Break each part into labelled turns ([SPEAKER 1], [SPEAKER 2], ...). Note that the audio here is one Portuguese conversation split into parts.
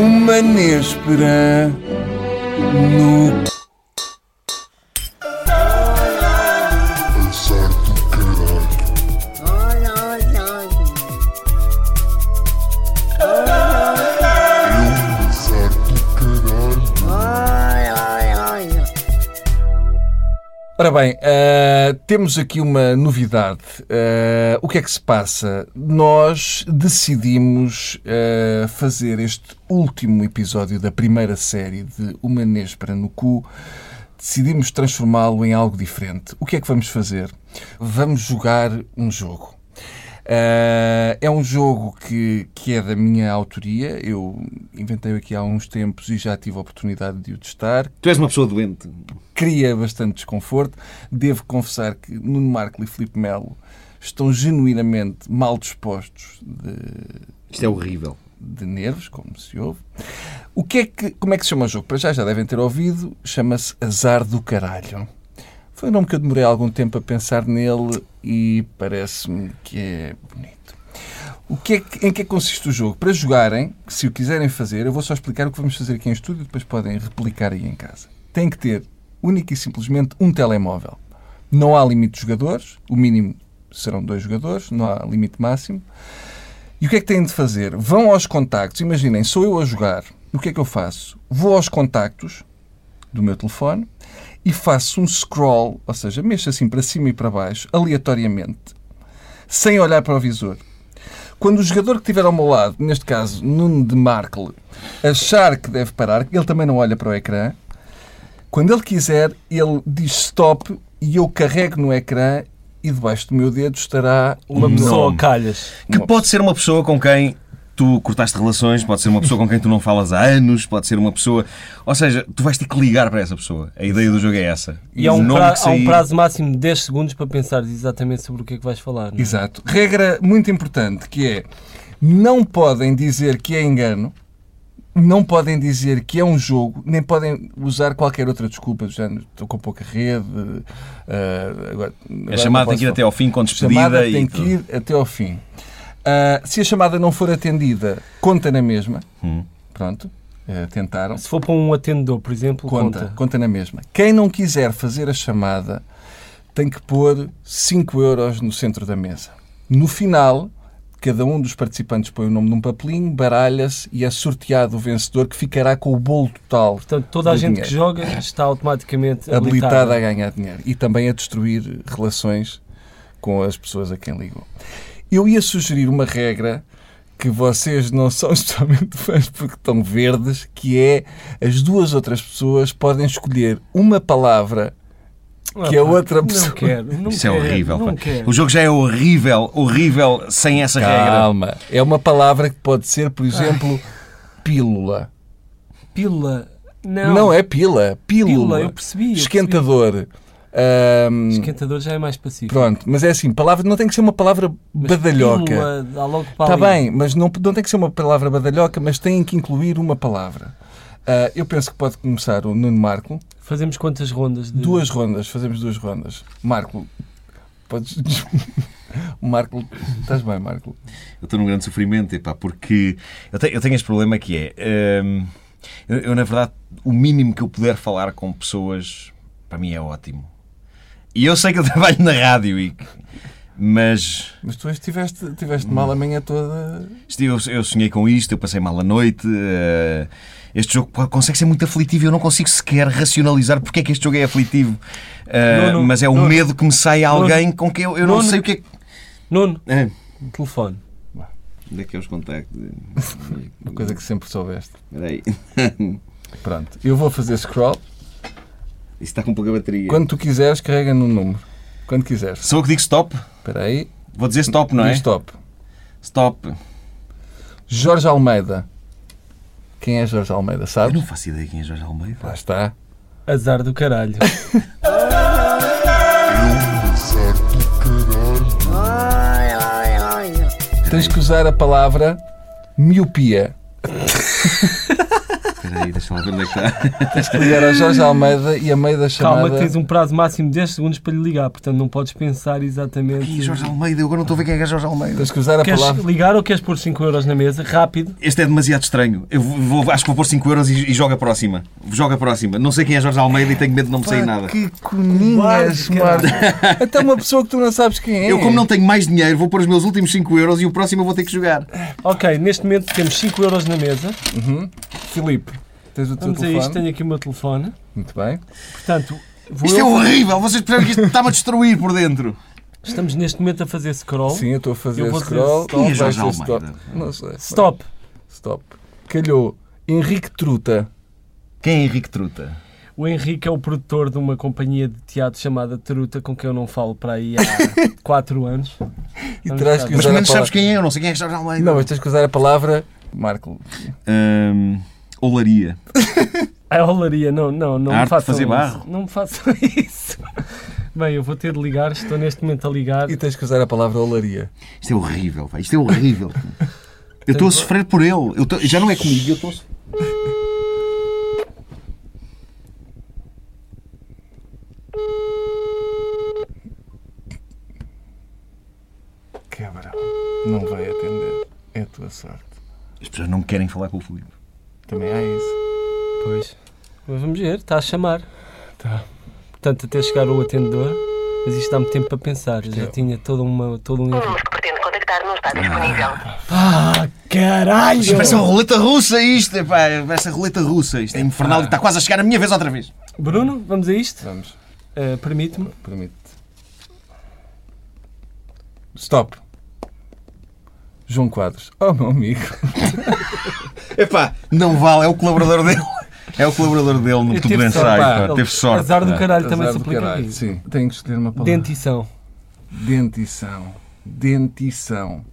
[SPEAKER 1] Uma néspera no
[SPEAKER 2] Azar do caralho. É um azar do caralho.
[SPEAKER 3] Ora bem, ah, temos aqui uma novidade. Ah, o que é que se passa? Nós decidimos ah, fazer este último episódio da primeira série de Uma Néspera no Cu. Decidimos transformá-lo em algo diferente. O que é que vamos fazer? Vamos jogar um jogo. Ah, é um jogo que, que é da minha autoria. Eu inventei aqui há uns tempos e já tive a oportunidade de o testar
[SPEAKER 4] Tu és uma pessoa doente.
[SPEAKER 3] cria bastante desconforto. Devo confessar que Nuno Marco e Filipe Melo estão genuinamente mal dispostos de,
[SPEAKER 4] Isto é horrível.
[SPEAKER 3] de nervos, como se ouve. O que é que, como é que se chama o jogo? Para já já devem ter ouvido, chama-se Azar do Caralho. Foi um nome que eu demorei algum tempo a pensar nele e parece-me que é bonito. O que é que- em que é que consiste o jogo? Para jogarem, se o quiserem fazer, eu vou só explicar o que vamos fazer aqui em estúdio e depois podem replicar aí em casa. Tem que ter, única e simplesmente, um telemóvel. Não há limite de jogadores, o mínimo serão dois jogadores, não há limite máximo. E o que é que têm de fazer? Vão aos contactos, imaginem, sou eu a jogar, o que é que eu faço? Vou aos contactos do meu telefone e faço um scroll, ou seja, mexo assim para cima e para baixo, aleatoriamente, sem olhar para o visor. Quando o jogador que estiver ao meu lado, neste caso Nuno de Markle, achar que deve parar, ele também não olha para o ecrã, quando ele quiser, ele diz stop e eu carrego no ecrã e debaixo do meu dedo estará
[SPEAKER 5] Uma pessoa
[SPEAKER 4] Nome.
[SPEAKER 5] calhas.
[SPEAKER 4] Que
[SPEAKER 3] Uma
[SPEAKER 4] pode ser uma pessoa com quem tu cortaste relações, pode ser uma pessoa com quem tu não falas há anos, pode ser uma pessoa. Ou seja, tu vais ter que ligar para essa pessoa. A ideia do jogo é essa.
[SPEAKER 5] E há
[SPEAKER 4] O
[SPEAKER 5] um,
[SPEAKER 4] nome
[SPEAKER 5] pra-
[SPEAKER 4] que
[SPEAKER 5] há um
[SPEAKER 4] sair-
[SPEAKER 5] prazo máximo de 10 segundos para pensares exatamente sobre o que é que vais falar. não é?
[SPEAKER 3] Exato. Regra muito importante que é não podem dizer que é engano, não podem dizer que é um jogo, nem podem usar qualquer outra desculpa, do género estou com pouca rede. ah, agora-
[SPEAKER 4] A
[SPEAKER 3] agora
[SPEAKER 4] É chamada
[SPEAKER 3] não
[SPEAKER 4] tem que ir
[SPEAKER 3] posso
[SPEAKER 4] até ao fim com
[SPEAKER 3] a chamada
[SPEAKER 4] despedida
[SPEAKER 3] tem
[SPEAKER 4] e.
[SPEAKER 3] que ir até ao fim. Ah, se a chamada não for atendida, conta na mesma.
[SPEAKER 4] Hum.
[SPEAKER 3] Pronto, ah, tentaram.
[SPEAKER 5] Se for para um atendedor, por exemplo,
[SPEAKER 3] Conta,
[SPEAKER 5] conta.
[SPEAKER 3] conta, na mesma. Quem não quiser fazer a chamada tem que pôr 5 euros no centro da mesa. No final, cada um dos participantes põe o nome num papelinho, baralha-se e é sorteado o vencedor que ficará com o bolo total
[SPEAKER 5] Portanto, toda a
[SPEAKER 3] Do
[SPEAKER 5] gente
[SPEAKER 3] dinheiro.
[SPEAKER 5] que joga está automaticamente
[SPEAKER 3] habilitado
[SPEAKER 5] habilitada.
[SPEAKER 3] a ganhar dinheiro e também a destruir relações com as pessoas a quem ligam. Eu ia sugerir uma regra que vocês não são especialmente fãs porque estão verdes, que é as duas outras pessoas podem escolher uma palavra que a
[SPEAKER 5] Ah, pá,
[SPEAKER 3] outra
[SPEAKER 5] Não
[SPEAKER 3] pessoa-
[SPEAKER 5] quero, não
[SPEAKER 4] Isso é
[SPEAKER 5] quero,
[SPEAKER 4] horrível.
[SPEAKER 5] Não
[SPEAKER 4] pá.
[SPEAKER 5] quero.
[SPEAKER 4] O jogo já é horrível, horrível sem essa regra.
[SPEAKER 3] Calma, é uma palavra que pode ser, por exemplo, pílula.
[SPEAKER 5] Pila. Não,
[SPEAKER 3] Não, é pila, pílula.
[SPEAKER 5] pila, eu percebi. eu
[SPEAKER 3] Esquentador. Ahm,
[SPEAKER 5] percebi. Esquentador já é mais passivo.
[SPEAKER 3] pronto, mas é assim, palavra não tem que ser uma palavra
[SPEAKER 5] Mas
[SPEAKER 3] badalhoca.
[SPEAKER 5] Pílula, dá logo para
[SPEAKER 3] Está
[SPEAKER 5] ali.
[SPEAKER 3] Tá bem, mas não, não tem que ser uma palavra badalhoca, mas tem que incluir uma palavra. Ah, eu penso que pode começar o Nuno Marco.
[SPEAKER 5] Fazemos quantas rondas? De...
[SPEAKER 3] Duas rondas, fazemos duas rondas. Marco, podes. Marco, estás bem, Marco?
[SPEAKER 4] Eu estou num grande sofrimento, epá, porque eu tenho, eu tenho este problema que é. hum, eu, eu, na verdade, o mínimo que eu puder falar com pessoas, para mim é ótimo. E eu sei que eu trabalho na rádio, e, que- mas
[SPEAKER 3] Mas tu hoje tiveste, tiveste mal a manhã toda.
[SPEAKER 4] isto- eu, eu sonhei com isto, eu passei mal a noite. eh, este jogo pô, consegue ser muito aflitivo e eu não consigo sequer racionalizar porque é que este jogo é aflitivo. Eh,
[SPEAKER 5] Nuno,
[SPEAKER 4] mas é o
[SPEAKER 5] Nuno.
[SPEAKER 4] medo que me sai a alguém com quem eu, eu não
[SPEAKER 5] Nuno.
[SPEAKER 4] sei o que é que.
[SPEAKER 5] Nono,
[SPEAKER 4] Ah,
[SPEAKER 5] telefone.
[SPEAKER 4] Onde é que é os contactos?
[SPEAKER 3] Uma coisa que sempre soubeste.
[SPEAKER 4] Espera aí.
[SPEAKER 3] Pronto, eu vou fazer scroll.
[SPEAKER 4] Isso está com pouca bateria.
[SPEAKER 3] Quando tu quiseres, carrega no número. Quando quiseres.
[SPEAKER 4] Sou eu que digo stop?
[SPEAKER 3] Espera aí.
[SPEAKER 4] Vou dizer stop, não é?
[SPEAKER 3] E Stop.
[SPEAKER 4] Stop.
[SPEAKER 3] Jorge Almeida. Quem é Jorge Almeida?
[SPEAKER 4] Eu não
[SPEAKER 3] Sabes?
[SPEAKER 4] faço ideia quem é Jorge Almeida.
[SPEAKER 3] Lá está.
[SPEAKER 5] Azar do caralho.
[SPEAKER 2] Azar do caralho.
[SPEAKER 3] Tens que usar a palavra miopia.
[SPEAKER 4] Espera aí, deixa lá ver onde é que está.
[SPEAKER 3] Ligar ao Jorge Almeida e a meio da chamada.
[SPEAKER 5] Calma, tens um prazo máximo de 10 segundos para lhe ligar, portanto não podes pensar exatamente.
[SPEAKER 4] Ih, Jorge Almeida, eu agora não estou a ver quem é que é Jorge Almeida.
[SPEAKER 3] Tens que usar a
[SPEAKER 5] Queres
[SPEAKER 3] palavra.
[SPEAKER 5] ligar ou queres pôr 5 euros na mesa? Rápido.
[SPEAKER 4] Este é demasiado estranho. Eu vou, vou- acho que vou pôr 5 euros e, e joga a próxima. Joga a próxima. Não sei quem é Jorge Almeida e tenho medo de não me sair
[SPEAKER 5] um
[SPEAKER 4] nada.
[SPEAKER 3] Que coninhas, Marco. Até uma pessoa que tu não sabes quem é.
[SPEAKER 4] Eu, como não tenho mais dinheiro, vou pôr os meus últimos 5 euros e o próximo eu vou ter que jogar.
[SPEAKER 5] Ok, neste momento temos 5 euros na mesa.
[SPEAKER 3] Filipe, tens o teu
[SPEAKER 5] Vamos a
[SPEAKER 3] telefone.
[SPEAKER 5] isto, tenho aqui o meu telefone.
[SPEAKER 3] Muito bem.
[SPEAKER 5] Portanto, vou
[SPEAKER 4] Isto é
[SPEAKER 5] eu-
[SPEAKER 4] horrível. Vocês percebem que isto está-me a destruir por dentro.
[SPEAKER 5] estamos neste momento a fazer scroll.
[SPEAKER 3] Sim, eu estou a fazer
[SPEAKER 5] Eu vou dizer
[SPEAKER 3] scroll.
[SPEAKER 5] stop.
[SPEAKER 3] Vais
[SPEAKER 4] E a Jorge
[SPEAKER 3] dizer stop.
[SPEAKER 4] Almeida?
[SPEAKER 3] Não sei.
[SPEAKER 5] Stop.
[SPEAKER 3] Stop. Calhou. Henrique Truta.
[SPEAKER 4] Quem é Henrique Truta?
[SPEAKER 5] O Henrique é o produtor de uma companhia de teatro chamada Truta, com quem eu não falo para aí há 4 anos.
[SPEAKER 3] E
[SPEAKER 5] Vamos
[SPEAKER 3] terás
[SPEAKER 5] cá.
[SPEAKER 3] que usar
[SPEAKER 4] Mas pelo
[SPEAKER 3] a
[SPEAKER 4] menos sabes
[SPEAKER 3] palavra.
[SPEAKER 4] quem é. Eu não sei quem é Jorge Almeida.
[SPEAKER 3] Não, mas tens que usar a palavra. Marco,
[SPEAKER 4] Hum, olaria.
[SPEAKER 5] É olaria, não, não, não
[SPEAKER 4] A
[SPEAKER 5] me
[SPEAKER 4] arte de
[SPEAKER 5] façam
[SPEAKER 4] fazer
[SPEAKER 5] isso.
[SPEAKER 4] barro.
[SPEAKER 5] Não me façam isso. Bem, eu vou ter de ligar, estou neste momento a ligar.
[SPEAKER 3] e tens que usar a palavra olaria.
[SPEAKER 4] Isto é horrível, pá. Isto é horrível. Eu estou a sofrer por ele. Eu tô- Já não é comigo, eu estou a sofrer.
[SPEAKER 3] Quebra. Não vai atender. É a tua sorte.
[SPEAKER 4] As pessoas não querem falar com o Filipe.
[SPEAKER 3] Também há isso.
[SPEAKER 5] Pois. Mas vamos ver, está a chamar. Tá. Portanto, até chegar o atendedor, mas isto dá-me tempo para pensar. Eu
[SPEAKER 3] é
[SPEAKER 5] já tinha toda uma, todo um
[SPEAKER 6] O
[SPEAKER 5] erro.
[SPEAKER 6] número que pretende contactar não está disponível.
[SPEAKER 3] Ah,
[SPEAKER 4] Isto parece uma roleta russa isto, pá. Parece a roleta russa. Isto é infernal e está quase a chegar a minha vez outra vez.
[SPEAKER 5] Bruno, vamos a isto?
[SPEAKER 3] Vamos,
[SPEAKER 5] Eh, Permite-me.
[SPEAKER 3] permite-te. Stop. João Quadros. Oh, meu amigo.
[SPEAKER 4] Epá, não vale, é o colaborador dele. É o colaborador dele no
[SPEAKER 5] Eu
[SPEAKER 4] tubo
[SPEAKER 5] tive
[SPEAKER 4] de
[SPEAKER 5] sorte,
[SPEAKER 4] ensaio.
[SPEAKER 5] pá.
[SPEAKER 4] pá. Teve sorte.
[SPEAKER 5] Azar do
[SPEAKER 4] pá.
[SPEAKER 5] caralho também
[SPEAKER 3] Azar
[SPEAKER 5] se
[SPEAKER 3] do
[SPEAKER 5] aplica
[SPEAKER 3] caralho,
[SPEAKER 5] aqui.
[SPEAKER 3] Sim, tenho que escolher uma palavra.
[SPEAKER 5] Dentição.
[SPEAKER 3] Dentição. Dentição.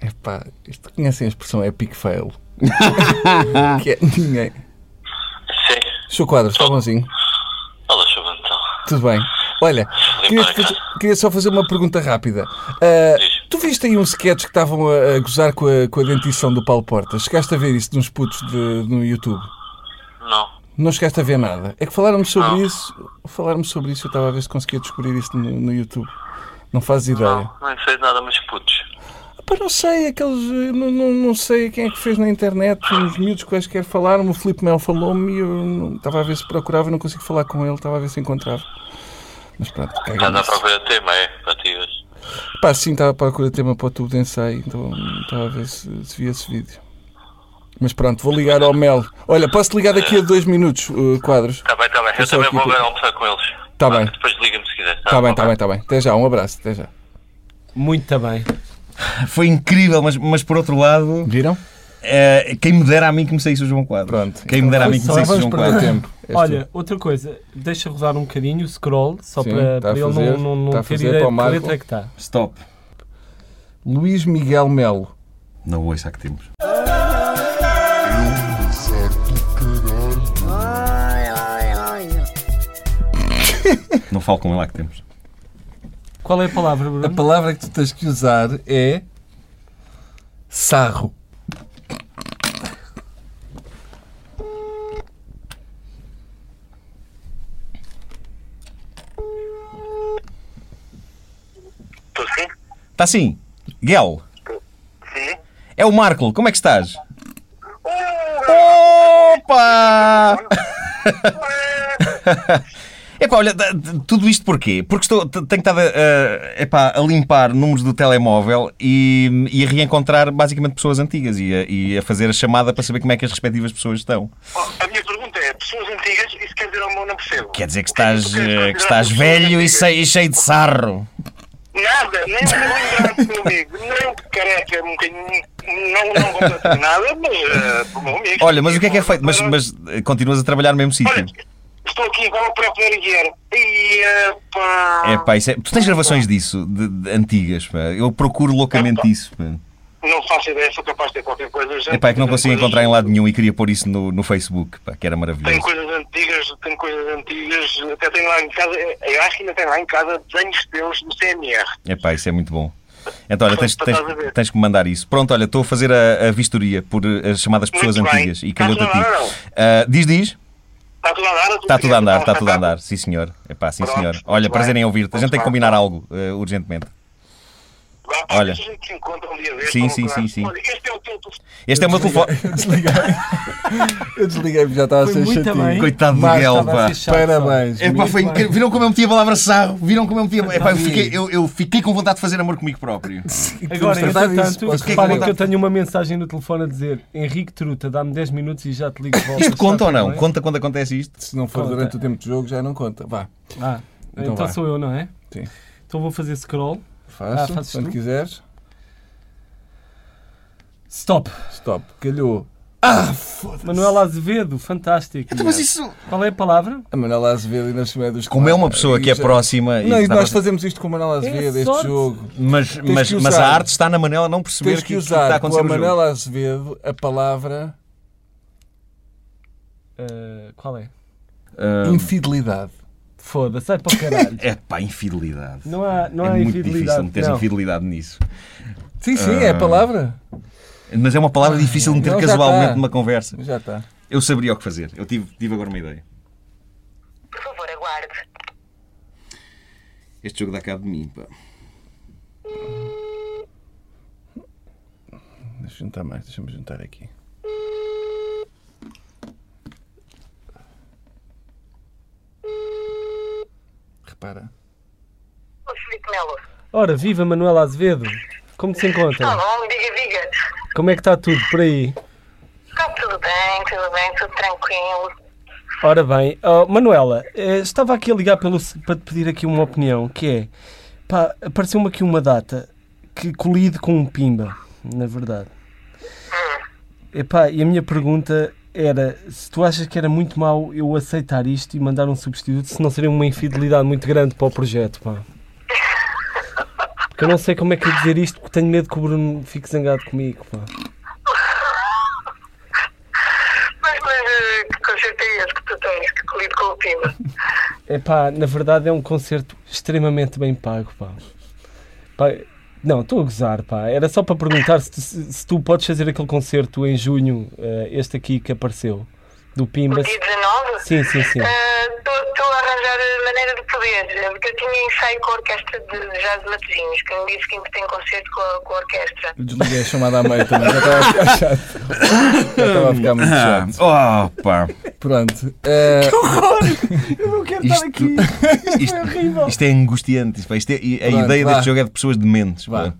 [SPEAKER 3] Epá, isto conhecem a expressão epic fail. que é ninguém.
[SPEAKER 7] Sim.
[SPEAKER 3] Seu quadro, está bonzinho.
[SPEAKER 7] Olá, Chuva, então.
[SPEAKER 3] Tudo bem. Olha, queria,
[SPEAKER 7] para
[SPEAKER 3] fazer- queria só fazer uma pergunta rápida. Ah,
[SPEAKER 7] Diz.
[SPEAKER 3] tu viste aí um sketch que estavam a, a gozar com a, com a dentição do Paulo Portas? Chegaste a ver isso nos putos de- no YouTube?
[SPEAKER 7] Não.
[SPEAKER 3] Não chegaste a ver nada. É que falaram-me sobre
[SPEAKER 7] Não.
[SPEAKER 3] isso. Falaram-me sobre isso. Eu estava a ver se conseguia descobrir isso no, no YouTube. Não fazes ideia. Ah,
[SPEAKER 7] Não, não sei de nada, mas putos.
[SPEAKER 3] Pá, não sei, aqueles. eh, Não, não, não sei quem é que fez na internet, os miúdos que quaisquer falaram. O Filipe Mel falou-me e eu não- estava a ver se procurava. Não consigo falar com ele, estava a ver se encontrava. Mas pronto, caga
[SPEAKER 7] Está na
[SPEAKER 3] nisso.
[SPEAKER 7] própria tema, é? Para ti hoje.
[SPEAKER 3] Pá, sim, estava à procura de tema para o tubo de ensaio, então estava a ver se, se via esse vídeo. Mas pronto, vou ligar ao Mel. Olha, posso ligar daqui a dois minutos, eh, quadros?
[SPEAKER 7] Está Tá bem, está bem.
[SPEAKER 3] Eu
[SPEAKER 7] Eu
[SPEAKER 3] só
[SPEAKER 7] também
[SPEAKER 3] aqui,
[SPEAKER 7] vou
[SPEAKER 3] Pedro.
[SPEAKER 7] agora almoçar com eles.
[SPEAKER 3] Tá
[SPEAKER 7] Vá,
[SPEAKER 3] bem.
[SPEAKER 7] Depois liga-me se quiser.
[SPEAKER 3] Está Tá bem, está bem, está bem. Até já, um abraço, até já.
[SPEAKER 5] Muito bem.
[SPEAKER 4] Foi incrível, mas, mas por outro lado,
[SPEAKER 3] Viram?
[SPEAKER 4] eh, quem me dera a mim que me saísse o João Quadro.
[SPEAKER 3] Pronto.
[SPEAKER 4] Quem me dera a mim que me
[SPEAKER 3] Só
[SPEAKER 4] saísse o
[SPEAKER 3] vamos
[SPEAKER 4] João
[SPEAKER 3] perder
[SPEAKER 4] Quadro.
[SPEAKER 3] tempo. És
[SPEAKER 5] Olha, outra coisa, deixa rodar um bocadinho o scroll, só
[SPEAKER 3] Sim,
[SPEAKER 5] para,
[SPEAKER 3] está a
[SPEAKER 5] para ele
[SPEAKER 3] fazer,
[SPEAKER 5] não, não, não
[SPEAKER 3] está a
[SPEAKER 5] ter
[SPEAKER 3] fazer
[SPEAKER 5] ideia
[SPEAKER 3] para o
[SPEAKER 5] de que
[SPEAKER 3] Marco.
[SPEAKER 5] letra é que está.
[SPEAKER 4] Stop.
[SPEAKER 3] tu. Luís Miguel Melo.
[SPEAKER 4] Não ouça a que temos.
[SPEAKER 2] Eu pensar do caralho.
[SPEAKER 4] Não falo com ele há que temos.
[SPEAKER 5] Qual é a palavra,
[SPEAKER 3] A
[SPEAKER 5] Bruno?
[SPEAKER 3] palavra que tu tens que usar é. sarro.
[SPEAKER 7] Estou sim?
[SPEAKER 4] Está Tá sim. Guel,
[SPEAKER 7] Sim.
[SPEAKER 4] é o Marco. Como é que estás? Opa! Epá, olha, t- t- tudo isto porquê? Porque estou, t- tenho estado a, a- epá, a limpar números do telemóvel e, e a reencontrar basicamente pessoas antigas e a, e a fazer a chamada para saber como é que as respectivas pessoas estão.
[SPEAKER 7] Oh, a minha pergunta é: pessoas antigas, isso quer dizer ao meu não percebo?
[SPEAKER 4] Quer dizer que
[SPEAKER 7] O é
[SPEAKER 4] estás,
[SPEAKER 7] tu
[SPEAKER 4] eh,
[SPEAKER 7] queres
[SPEAKER 4] que
[SPEAKER 7] considerar
[SPEAKER 4] estás
[SPEAKER 7] pessoas
[SPEAKER 4] velho e
[SPEAKER 7] antigas?
[SPEAKER 4] sei- e cheio de sarro.
[SPEAKER 7] Nada, nem me lembraste, meu amigo. Nem careca, um bocadinho. Não, não vou fazer nada, mas. eh, para o meu amigo.
[SPEAKER 4] Olha, mas o que é que é feito? Mas, mas eh, continuas a trabalhar no mesmo
[SPEAKER 7] Olha,
[SPEAKER 4] sítio?
[SPEAKER 7] estou aqui agora para poder guiar. E. epá.
[SPEAKER 4] É pá, isso é... tu tens gravações disso, de, de antigas, pá. Eu procuro loucamente isso, pá.
[SPEAKER 7] Não faço ideia, sou capaz de ter qualquer coisa. gente.
[SPEAKER 4] É pá, é que não
[SPEAKER 7] Tenho
[SPEAKER 4] consigo
[SPEAKER 7] coisas-
[SPEAKER 4] encontrar em lado nenhum e queria pôr isso no, no Facebook, pá, que era
[SPEAKER 7] Tenho
[SPEAKER 4] maravilhoso.
[SPEAKER 7] coisas antigas, tenho coisas antigas, até tenho lá em casa, eu acho que ainda tenho lá em casa desenhos teus do CMR.
[SPEAKER 4] É pá, isso é muito bom. Então, olha, tens,
[SPEAKER 7] Para
[SPEAKER 4] tens,
[SPEAKER 7] estás a ver.
[SPEAKER 4] tens que me mandar isso. Pronto, olha, estou a fazer a, a vistoria por eh, as chamadas
[SPEAKER 7] Muito
[SPEAKER 4] pessoas
[SPEAKER 7] bem.
[SPEAKER 4] antigas e
[SPEAKER 7] Está
[SPEAKER 4] calhou-te a ti.
[SPEAKER 7] tudo a andar ou não?
[SPEAKER 4] Ah, diz, diz.
[SPEAKER 7] Está tudo a andar?
[SPEAKER 4] Está tudo a andar, está tudo a
[SPEAKER 7] espetáculo?
[SPEAKER 4] andar. Sim, senhor. É pá, sim,
[SPEAKER 7] Pronto,
[SPEAKER 4] senhor.
[SPEAKER 7] muito
[SPEAKER 4] Olha,
[SPEAKER 7] bem.
[SPEAKER 4] prazer em ouvir-te. A gente
[SPEAKER 7] Muito
[SPEAKER 4] tem que
[SPEAKER 7] bem.
[SPEAKER 4] combinar algo eh, urgentemente.
[SPEAKER 7] Vá, pá,
[SPEAKER 4] Olha.
[SPEAKER 7] A gente se encontra um dia deste,
[SPEAKER 4] Sim,
[SPEAKER 7] vamos
[SPEAKER 4] sim,
[SPEAKER 7] falar.
[SPEAKER 4] sim, sim.
[SPEAKER 7] Olha, este é o teu telefone.
[SPEAKER 4] Este é o meu telefone.
[SPEAKER 3] Eu desliguei. Eu desliguei porque já estava a
[SPEAKER 5] Foi
[SPEAKER 3] ser
[SPEAKER 5] muito bem.
[SPEAKER 3] chatinho.
[SPEAKER 4] Coitado do
[SPEAKER 3] Marta,
[SPEAKER 4] Miguel,
[SPEAKER 5] estava a
[SPEAKER 4] pá.
[SPEAKER 5] ser chato,
[SPEAKER 3] Parabéns.
[SPEAKER 4] É pá, foi
[SPEAKER 5] Muito
[SPEAKER 4] incrível.
[SPEAKER 5] bem.
[SPEAKER 4] Viram como eu meti a palavra sarro? Viram como eu meti a é, pá, eu,
[SPEAKER 3] vi.
[SPEAKER 4] fiquei, eu, eu fiquei com vontade de fazer amor comigo próprio.
[SPEAKER 5] Agora,
[SPEAKER 3] Podemos tratar disso,
[SPEAKER 5] entretanto,
[SPEAKER 3] podes
[SPEAKER 5] reparem
[SPEAKER 4] falar.
[SPEAKER 5] que eu tenho uma mensagem no telefone a dizer Henrique Truta, dá-me 10 minutos e já te ligo de volta.
[SPEAKER 4] Isto conta
[SPEAKER 5] Está
[SPEAKER 4] ou não?
[SPEAKER 5] tudo bem?
[SPEAKER 4] Conta quando acontece isto?
[SPEAKER 3] Se não for
[SPEAKER 5] Conta.
[SPEAKER 3] durante o tempo de jogo, já não conta. Vá,
[SPEAKER 5] Ah,
[SPEAKER 3] Então
[SPEAKER 5] então
[SPEAKER 3] vá.
[SPEAKER 5] sou eu, não é?
[SPEAKER 3] Sim.
[SPEAKER 5] Então vou fazer scroll. Ah,
[SPEAKER 3] faço
[SPEAKER 5] fazes
[SPEAKER 3] quando
[SPEAKER 5] tu?
[SPEAKER 3] quiseres.
[SPEAKER 5] Stop.
[SPEAKER 3] Stop. Calhou.
[SPEAKER 5] Manuel Azevedo, fantástico.
[SPEAKER 4] Então, Mas isso.
[SPEAKER 5] Qual é a palavra?
[SPEAKER 3] A Manuela Azevedo e na semana dos
[SPEAKER 4] Como é uma
[SPEAKER 3] quatro,
[SPEAKER 4] pessoa
[SPEAKER 3] e
[SPEAKER 4] que é
[SPEAKER 3] já-
[SPEAKER 4] próxima e
[SPEAKER 3] Ah, Não, e
[SPEAKER 4] está
[SPEAKER 3] nós
[SPEAKER 4] bastante-
[SPEAKER 3] fazemos isto com a Manuela Azevedo, este
[SPEAKER 5] sorte.
[SPEAKER 3] jogo.
[SPEAKER 4] Mas, mas,
[SPEAKER 3] que
[SPEAKER 4] mas
[SPEAKER 3] usar.
[SPEAKER 4] a arte está na Manela não perceber
[SPEAKER 3] Tens
[SPEAKER 4] que,
[SPEAKER 3] que
[SPEAKER 4] que está a
[SPEAKER 3] usar com
[SPEAKER 4] acontecer
[SPEAKER 3] a
[SPEAKER 4] no jogo.
[SPEAKER 3] Manuela Azevedo a palavra
[SPEAKER 4] Eh,
[SPEAKER 5] Ah, qual é?
[SPEAKER 4] Ah,
[SPEAKER 3] infidelidade.
[SPEAKER 5] Foda-se, sai para o caralho.
[SPEAKER 4] É pá, infidelidade.
[SPEAKER 5] Não há, não há
[SPEAKER 4] é muito
[SPEAKER 5] infidelidade.
[SPEAKER 4] difícil meter
[SPEAKER 5] não.
[SPEAKER 4] infidelidade nisso.
[SPEAKER 3] Sim, sim,
[SPEAKER 4] Ah.
[SPEAKER 3] é a palavra.
[SPEAKER 4] Mas é uma palavra difícil de meter
[SPEAKER 3] Ah, Não, já
[SPEAKER 4] casualmente
[SPEAKER 3] está.
[SPEAKER 4] numa conversa.
[SPEAKER 3] Já tá. está.
[SPEAKER 4] Eu saberia o que fazer. Eu tive, tive agora uma ideia.
[SPEAKER 6] Por favor, aguarde.
[SPEAKER 4] Este jogo dá cabo de mim, pá.
[SPEAKER 3] Deixa eu juntar mais, deixa-me juntar aqui. Repara.
[SPEAKER 6] Oi, Filipe Melo.
[SPEAKER 5] Ora, viva Manuel Azevedo. Como se
[SPEAKER 6] Tá
[SPEAKER 5] encontra?
[SPEAKER 6] bom, diga, diga.
[SPEAKER 5] Como é que está tudo por aí?
[SPEAKER 6] Está tudo bem, tudo bem, tudo tranquilo.
[SPEAKER 5] Ora bem, oh, Manuela, eh, estava aqui a ligar pelo, para te pedir aqui uma opinião, que é, pá, apareceu-me aqui uma data que colide com um pimba, na verdade. Epá, e a minha pergunta era, se tu achas que era muito mau eu aceitar isto e mandar um substituto, se não seria uma infidelidade muito grande para o projeto, pá. Porque eu não sei como é que eu dizer isto, porque tenho medo que o Bruno fique zangado comigo, pá.
[SPEAKER 6] Mas, mas eh, que conceito é esse que tu tens que colide com o Pima?
[SPEAKER 5] Epá, na verdade é um concerto extremamente bem pago, pá. Pá, não, estou a gozar, pá. Era só para perguntar se tu, se- se tu podes fazer aquele concerto em junho, eh, este aqui que apareceu, do
[SPEAKER 6] O
[SPEAKER 5] Pimba.
[SPEAKER 6] dia 19?
[SPEAKER 5] Sim, sim, sim.
[SPEAKER 6] Estou a arranjar a maneira de poder, eh, porque eu tinha ensaio com a orquestra de Jazz de Matosinhos, que no dia seguinte tem concerto com a, com a orquestra.
[SPEAKER 3] Eu desliguei a chamada à meio também, já estava a ficar chato. Já estava a ficar muito chato.
[SPEAKER 4] Ah, oh, pá.
[SPEAKER 3] Pronto. eh,
[SPEAKER 4] Isto, isto, isto é angustiante. Isto, pá. Isto é- e a
[SPEAKER 3] Pronto,
[SPEAKER 4] ideia
[SPEAKER 3] vá.
[SPEAKER 4] deste jogo é de pessoas dementes. pá.
[SPEAKER 3] vá.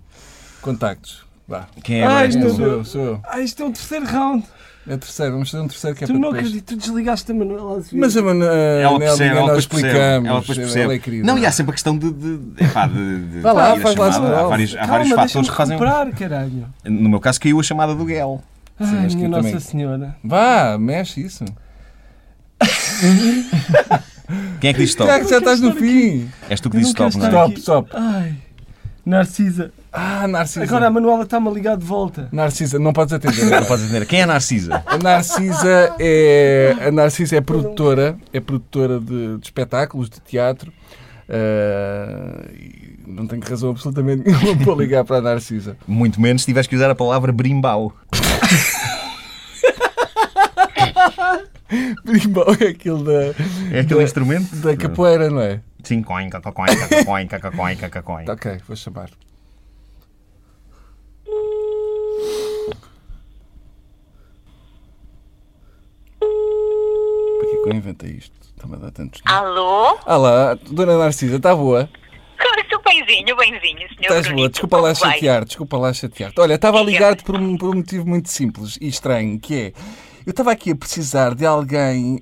[SPEAKER 3] Contactos. Vá.
[SPEAKER 4] Quem é agora
[SPEAKER 5] Ai,
[SPEAKER 4] este
[SPEAKER 5] meu
[SPEAKER 3] Sou
[SPEAKER 4] jogo?
[SPEAKER 5] Deus.
[SPEAKER 3] eu, sou eu.
[SPEAKER 5] Ah, isto é um terceiro round.
[SPEAKER 3] É terceiro, vamos fazer um terceiro que é
[SPEAKER 5] Tu
[SPEAKER 3] para
[SPEAKER 5] não
[SPEAKER 3] depois.
[SPEAKER 5] acredito, tu desligaste a Manuela Azevedo.
[SPEAKER 3] Mas a Manuela
[SPEAKER 4] Ela percebe, ela
[SPEAKER 3] nós
[SPEAKER 4] depois percebe.
[SPEAKER 3] explicamos.
[SPEAKER 4] Ela depois percebe.
[SPEAKER 3] é querida.
[SPEAKER 4] Não, e há sempre a questão de. de, epá, de, de
[SPEAKER 3] Vá lá,
[SPEAKER 4] de-
[SPEAKER 3] faz lá
[SPEAKER 4] chamada.
[SPEAKER 3] scroll.
[SPEAKER 4] Há vários, há
[SPEAKER 5] Calma,
[SPEAKER 4] vários fatores
[SPEAKER 5] deixa-me
[SPEAKER 4] que
[SPEAKER 3] um-
[SPEAKER 4] fazem. um
[SPEAKER 5] recuperar, caralho.
[SPEAKER 4] No meu caso, caiu a chamada do Guel.
[SPEAKER 5] Ai,
[SPEAKER 3] acho que
[SPEAKER 5] minha
[SPEAKER 3] eu
[SPEAKER 5] Nossa
[SPEAKER 3] também.
[SPEAKER 5] Senhora.
[SPEAKER 3] Vá, mexe isso.
[SPEAKER 4] Quem é que diz stop?
[SPEAKER 3] Já, já estás no
[SPEAKER 5] estar
[SPEAKER 3] fim.
[SPEAKER 4] És tu que
[SPEAKER 5] Eu
[SPEAKER 4] diz
[SPEAKER 5] não quero
[SPEAKER 4] stop, não é?
[SPEAKER 3] Stop,
[SPEAKER 5] estar aqui.
[SPEAKER 3] stop.
[SPEAKER 5] Ai, Narcisa.
[SPEAKER 3] Ah, Narcisa.
[SPEAKER 5] Agora a Manuela está-me a ligar de volta.
[SPEAKER 3] Narcisa, não podes atender.
[SPEAKER 4] Não podes entender. Quem é a Narcisa?
[SPEAKER 3] A Narcisa é, a Narcisa é produtora, é produtora de, de espetáculos, de teatro. eh, e não tenho razão absolutamente nenhuma para ligar para a Narcisa.
[SPEAKER 4] Muito menos se tivesse que usar a palavra brimbau.
[SPEAKER 3] Brimbal é aquele da,
[SPEAKER 4] É aquele instrumento?
[SPEAKER 3] da capoeira, não é?
[SPEAKER 4] Sim, coinca, coinca, coinca, coinca, coinca,
[SPEAKER 3] Tá,
[SPEAKER 4] coinca.
[SPEAKER 3] Ok, vou chamar. Porquê que eu inventei isto? Está-me a dar tantos.
[SPEAKER 6] Alô?
[SPEAKER 3] Olá, Dona Narcisa, está boa?
[SPEAKER 6] Sou benzinho, benzinho, senhor.
[SPEAKER 3] Estás boa, desculpa lá chatear, desculpa lá chatear-te. Olha, estava a
[SPEAKER 6] Diga.
[SPEAKER 3] ligar-te por um, por um motivo muito simples e estranho, que é... Eu estava aqui a precisar de alguém...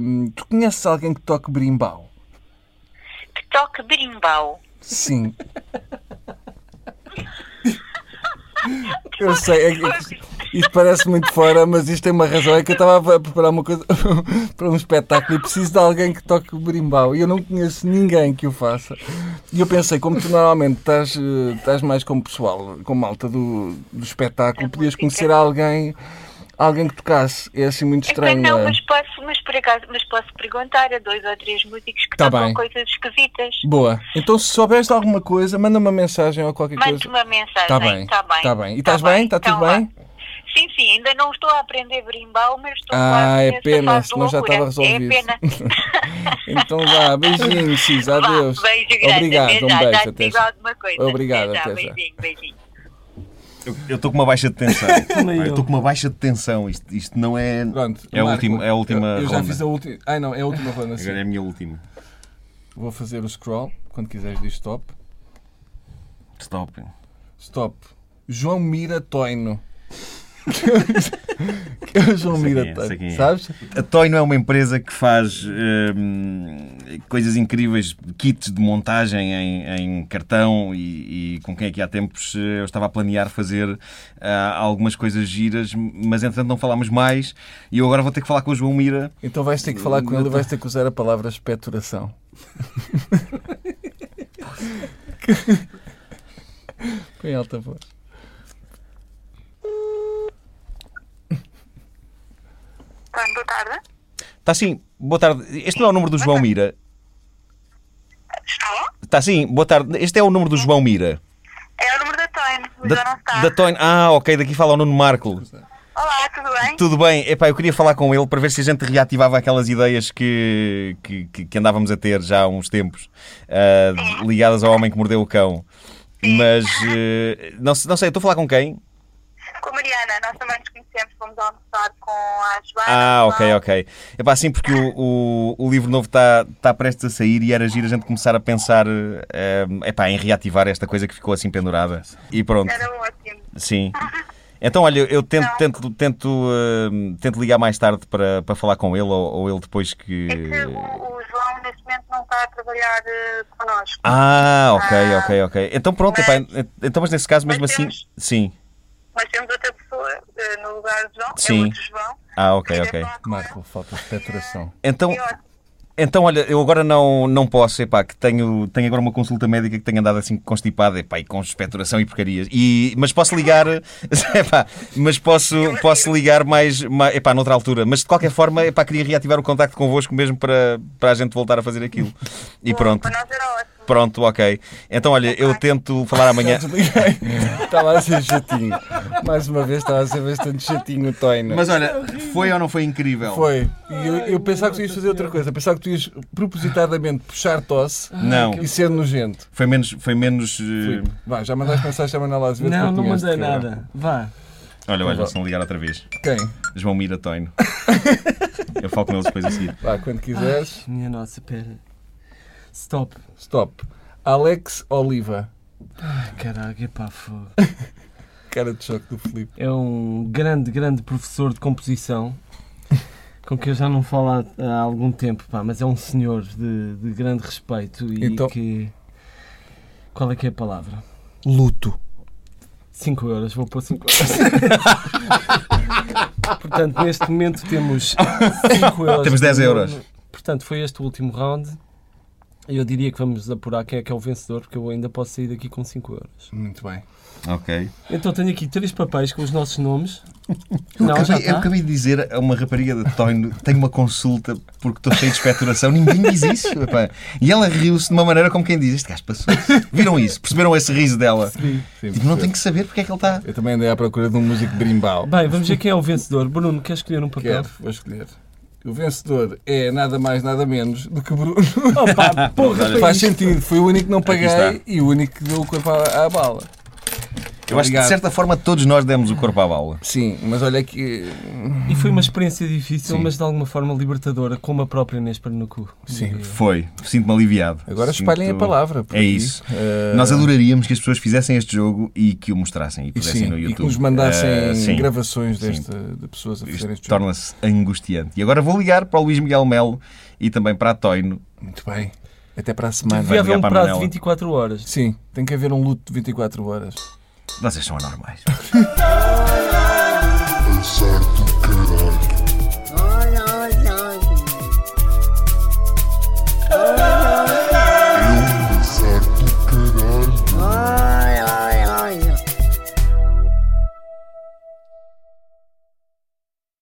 [SPEAKER 3] hum, tu conheces alguém que toque brimbau?
[SPEAKER 6] Que toque berimbau.
[SPEAKER 3] Sim. Eu sei, é, que- Isto parece muito fora, mas isto tem uma razão. É que eu estava a preparar uma coisa para um espetáculo e preciso de alguém que toque o berimbau. E eu não conheço ninguém que o faça. E eu pensei, como tu normalmente estás, eh, estás mais com o pessoal, com malta do, do espetáculo, podias conhecer alguém, alguém que tocasse. É assim muito
[SPEAKER 6] Epá,
[SPEAKER 3] estranho, não
[SPEAKER 6] não,
[SPEAKER 3] é?
[SPEAKER 6] mas posso, mas por acaso, mas posso perguntar a dois ou três músicos que
[SPEAKER 3] Tá
[SPEAKER 6] tocam
[SPEAKER 3] bem.
[SPEAKER 6] coisas esquisitas.
[SPEAKER 3] Boa. Então, se souberes de alguma coisa, manda uma mensagem ou qualquer
[SPEAKER 6] Mande
[SPEAKER 3] coisa.
[SPEAKER 6] uma mensagem.
[SPEAKER 3] Tá bem,
[SPEAKER 6] Tá bem.
[SPEAKER 3] tá bem. E estás bem? Tá tudo
[SPEAKER 6] Então vá.
[SPEAKER 3] bem?
[SPEAKER 6] Sim, sim, ainda não estou a aprender brimbal, mas estou
[SPEAKER 3] Ah,
[SPEAKER 6] quase
[SPEAKER 3] é
[SPEAKER 6] nessa
[SPEAKER 3] pena,
[SPEAKER 6] fase de
[SPEAKER 3] senão já
[SPEAKER 6] loucura.
[SPEAKER 3] estava resolvido.
[SPEAKER 6] É pena.
[SPEAKER 3] Então, vá. Beijinho, Cisa.
[SPEAKER 6] Vá,
[SPEAKER 3] Adeus.
[SPEAKER 6] Beijo grande.
[SPEAKER 3] Obrigado.
[SPEAKER 6] até
[SPEAKER 3] Um
[SPEAKER 6] já,
[SPEAKER 3] beijo.
[SPEAKER 6] Já te
[SPEAKER 3] até
[SPEAKER 6] digo
[SPEAKER 3] já.
[SPEAKER 6] alguma coisa.
[SPEAKER 3] Obrigado,
[SPEAKER 6] Até já.
[SPEAKER 3] até já.
[SPEAKER 6] Beijinho, beijinho.
[SPEAKER 4] Eu eu estou com uma baixa de tensão. Pá, eu
[SPEAKER 5] eu.
[SPEAKER 4] estou com uma baixa de tensão. Isto, isto não é.
[SPEAKER 3] Pronto,
[SPEAKER 4] é, a
[SPEAKER 3] Marco,
[SPEAKER 4] última, é a última
[SPEAKER 3] Eu, eu já
[SPEAKER 4] ronda.
[SPEAKER 3] fiz a última. Ai não, é a última ronda sim.
[SPEAKER 4] Agora é a minha última.
[SPEAKER 3] Vou fazer o scroll. Quando quiseres, diz stop.
[SPEAKER 4] Stop.
[SPEAKER 3] Stop. João Mira Toino. Que é o João
[SPEAKER 4] Sei
[SPEAKER 3] Mira
[SPEAKER 4] quem é, sei quem
[SPEAKER 3] Toino,
[SPEAKER 4] é.
[SPEAKER 3] sabes?
[SPEAKER 4] A Toy não é uma empresa que faz hum, coisas incríveis, kits de montagem em, em cartão e, e com quem aqui há tempos eh, eu estava a planear fazer ah, algumas coisas giras, mas entretanto não falámos mais e eu agora vou ter que falar com o João Mira.
[SPEAKER 3] Então vais ter que falar com ele e vais ter que usar a palavra espeturação. Com em alta voz.
[SPEAKER 6] Bem, Boa tarde.
[SPEAKER 4] Está Tá sim, boa tarde. Este não é o número do João Mira.
[SPEAKER 6] Está?
[SPEAKER 4] Está sim, boa tarde. Este é o número do João Mira.
[SPEAKER 6] É o número da Toine, mas já não está.
[SPEAKER 4] da Toy. Ah, ok, daqui fala o Nuno Marco.
[SPEAKER 6] Olá, tudo bem?
[SPEAKER 4] Tudo bem, epá, eu queria falar com ele para ver se a gente reativava aquelas ideias que, que, que- que andávamos a ter já há uns tempos, ah, ligadas ao homem que mordeu o cão. Mas eh, não, se- não sei, eu estou a falar com quem?
[SPEAKER 6] Com a Mariana, nós também nos conhecemos, fomos almoçar com a Joana.
[SPEAKER 4] Ah,
[SPEAKER 6] com a-
[SPEAKER 4] ok, ok. Epá, sim, porque o, o, o livro novo está tá prestes a sair e era giro a gente começar a pensar eh, epá, em reativar esta coisa que ficou assim pendurada. E pronto.
[SPEAKER 6] Era ótimo.
[SPEAKER 4] Sim. Então, olha, eu tento, tento, tento, eh, tento ligar mais tarde para, para falar com ele ou, ou ele depois que.
[SPEAKER 6] É que o, o João, neste momento, não está a trabalhar eh, connosco.
[SPEAKER 4] Ah, ok,
[SPEAKER 6] Ah.
[SPEAKER 4] ok, ok. Então pronto,
[SPEAKER 6] Mas-
[SPEAKER 4] epá, en- então mas nesse caso mesmo
[SPEAKER 6] Mas
[SPEAKER 4] assim,
[SPEAKER 6] temos-
[SPEAKER 4] sim.
[SPEAKER 6] Mas temos outra pessoa eh, no lugar do João, é
[SPEAKER 4] Sim.
[SPEAKER 6] outro João.
[SPEAKER 4] Ah, ok,
[SPEAKER 6] Quer
[SPEAKER 4] ok.
[SPEAKER 6] falar com
[SPEAKER 3] Marco, falta espeturação.
[SPEAKER 4] Então,
[SPEAKER 6] ele? É ótimo.
[SPEAKER 4] então olha, eu agora não, não posso, epá, que tenho, tenho agora uma consulta médica que tenho andado assim constipada, epá, e com espeturação e porcarias. E, mas posso ligar, epá, mas posso, posso ligar mais, mais, epá, noutra altura. Mas de qualquer forma, epá, queria reativar o contacto convosco mesmo para, para a gente voltar a fazer aquilo. E pronto.
[SPEAKER 6] Para nós era ótimo.
[SPEAKER 4] Pronto, ok. Então olha, eu tento falar amanhã.
[SPEAKER 3] Desliguei. Estava Tá a ser chatinho. Mais uma vez estava a ser bastante chatinho o Toino.
[SPEAKER 4] Mas olha, foi ou não foi incrível?
[SPEAKER 3] Foi. E eu, eu pensava que tu ias fazer outra coisa. Pensava que tu ias propositadamente puxar tosse
[SPEAKER 4] Não.
[SPEAKER 3] e ser nojento.
[SPEAKER 4] Foi menos. Foi menos eh,
[SPEAKER 3] Filipe, Vá, já mandaste mensagem à Manuela Azevedo?
[SPEAKER 5] Não,
[SPEAKER 3] que
[SPEAKER 5] não
[SPEAKER 3] eu conheço,
[SPEAKER 5] mandei
[SPEAKER 3] cara.
[SPEAKER 5] nada. Vá.
[SPEAKER 4] Olha, olha, se não ligar outra vez.
[SPEAKER 3] Quem?
[SPEAKER 4] João Mira Toino. Eu falo com eles depois a seguir.
[SPEAKER 3] Vá, quando quiseres.
[SPEAKER 5] Minha nossa, pera. Stop.
[SPEAKER 3] Stop. Alex Oliva.
[SPEAKER 5] Ai, Caralho, epá, fogo.
[SPEAKER 3] Cara de choque do Filipe.
[SPEAKER 5] É um grande, grande professor de composição com quem eu já não falo há, há algum tempo, pá, mas é um senhor de, de grande respeito e
[SPEAKER 3] Então-
[SPEAKER 5] que. Qual é que é a palavra?
[SPEAKER 3] Luto.
[SPEAKER 5] 5 euros, vou pôr 5 euros. Portanto, neste momento temos 5 euros.
[SPEAKER 4] Temos 10 euros.
[SPEAKER 5] Portanto, foi este o último round. Eu diria que vamos apurar quem é que é o vencedor, porque eu ainda posso sair daqui com 5 euros.
[SPEAKER 3] Muito bem.
[SPEAKER 4] Ok.
[SPEAKER 5] Então tenho aqui três papéis com os nossos nomes. Não, já
[SPEAKER 4] Acabei-
[SPEAKER 5] tá.
[SPEAKER 4] eu
[SPEAKER 5] está.
[SPEAKER 4] acabei de dizer a uma rapariga da Toino tenho uma consulta porque estou cheio de espectoração. Ninguém diz isso. epá. E ela riu-se de uma maneira como quem diz: Este gajo passou-se. Viram isso? Perceberam esse riso dela?
[SPEAKER 3] Sim,
[SPEAKER 4] Tipo, não
[SPEAKER 3] percebo.
[SPEAKER 4] tenho que saber porque é que ele está.
[SPEAKER 3] Eu também andei à procura de um músico brimbal.
[SPEAKER 5] Bem, vamos ver quem é o vencedor. Bruno, quer escolher um papel?
[SPEAKER 3] Quero, vou escolher. O vencedor é nada mais, nada menos do que Bruno.
[SPEAKER 5] Opa, porra,
[SPEAKER 4] Olha,
[SPEAKER 5] foi
[SPEAKER 3] Faz
[SPEAKER 5] isto.
[SPEAKER 3] sentido. Foi o único que não paguei
[SPEAKER 4] está.
[SPEAKER 3] e o único que deu o corpo à, à bala.
[SPEAKER 4] Eu acho que de
[SPEAKER 3] Obrigado.
[SPEAKER 4] certa forma todos nós demos o corpo à bala.
[SPEAKER 3] Sim, mas olha que.
[SPEAKER 5] E foi uma experiência difícil,
[SPEAKER 4] Sim.
[SPEAKER 5] mas de alguma forma libertadora, como a própria Inês Pernambuco.
[SPEAKER 3] Sim.
[SPEAKER 4] Foi. Sinto-me aliviado.
[SPEAKER 3] Agora
[SPEAKER 4] Sinto-
[SPEAKER 3] espalhem a palavra. por
[SPEAKER 4] É
[SPEAKER 3] aí.
[SPEAKER 4] isso.
[SPEAKER 3] Eh,
[SPEAKER 4] Nós adoraríamos que as pessoas fizessem este jogo e que o mostrassem e
[SPEAKER 3] E,
[SPEAKER 4] pusessem
[SPEAKER 3] sim,
[SPEAKER 4] é assim no YouTube.
[SPEAKER 3] e que nos mandassem
[SPEAKER 4] Ah, sim.
[SPEAKER 3] gravações
[SPEAKER 4] Sim.
[SPEAKER 3] desta, de pessoas a fazerem
[SPEAKER 4] Isto
[SPEAKER 3] este jogo.
[SPEAKER 4] torna-se angustiante. E agora vou ligar para o Luís Miguel Melo e também para a Toino.
[SPEAKER 3] Muito bem. Até para a semana.
[SPEAKER 5] Devia haver
[SPEAKER 4] ligar
[SPEAKER 5] um
[SPEAKER 4] para a
[SPEAKER 5] prazo de
[SPEAKER 4] Manuela.
[SPEAKER 5] 24 horas.
[SPEAKER 3] Sim, tem que haver um luto de 24 horas.
[SPEAKER 4] Vocês são anormais.
[SPEAKER 2] Azar do caralho.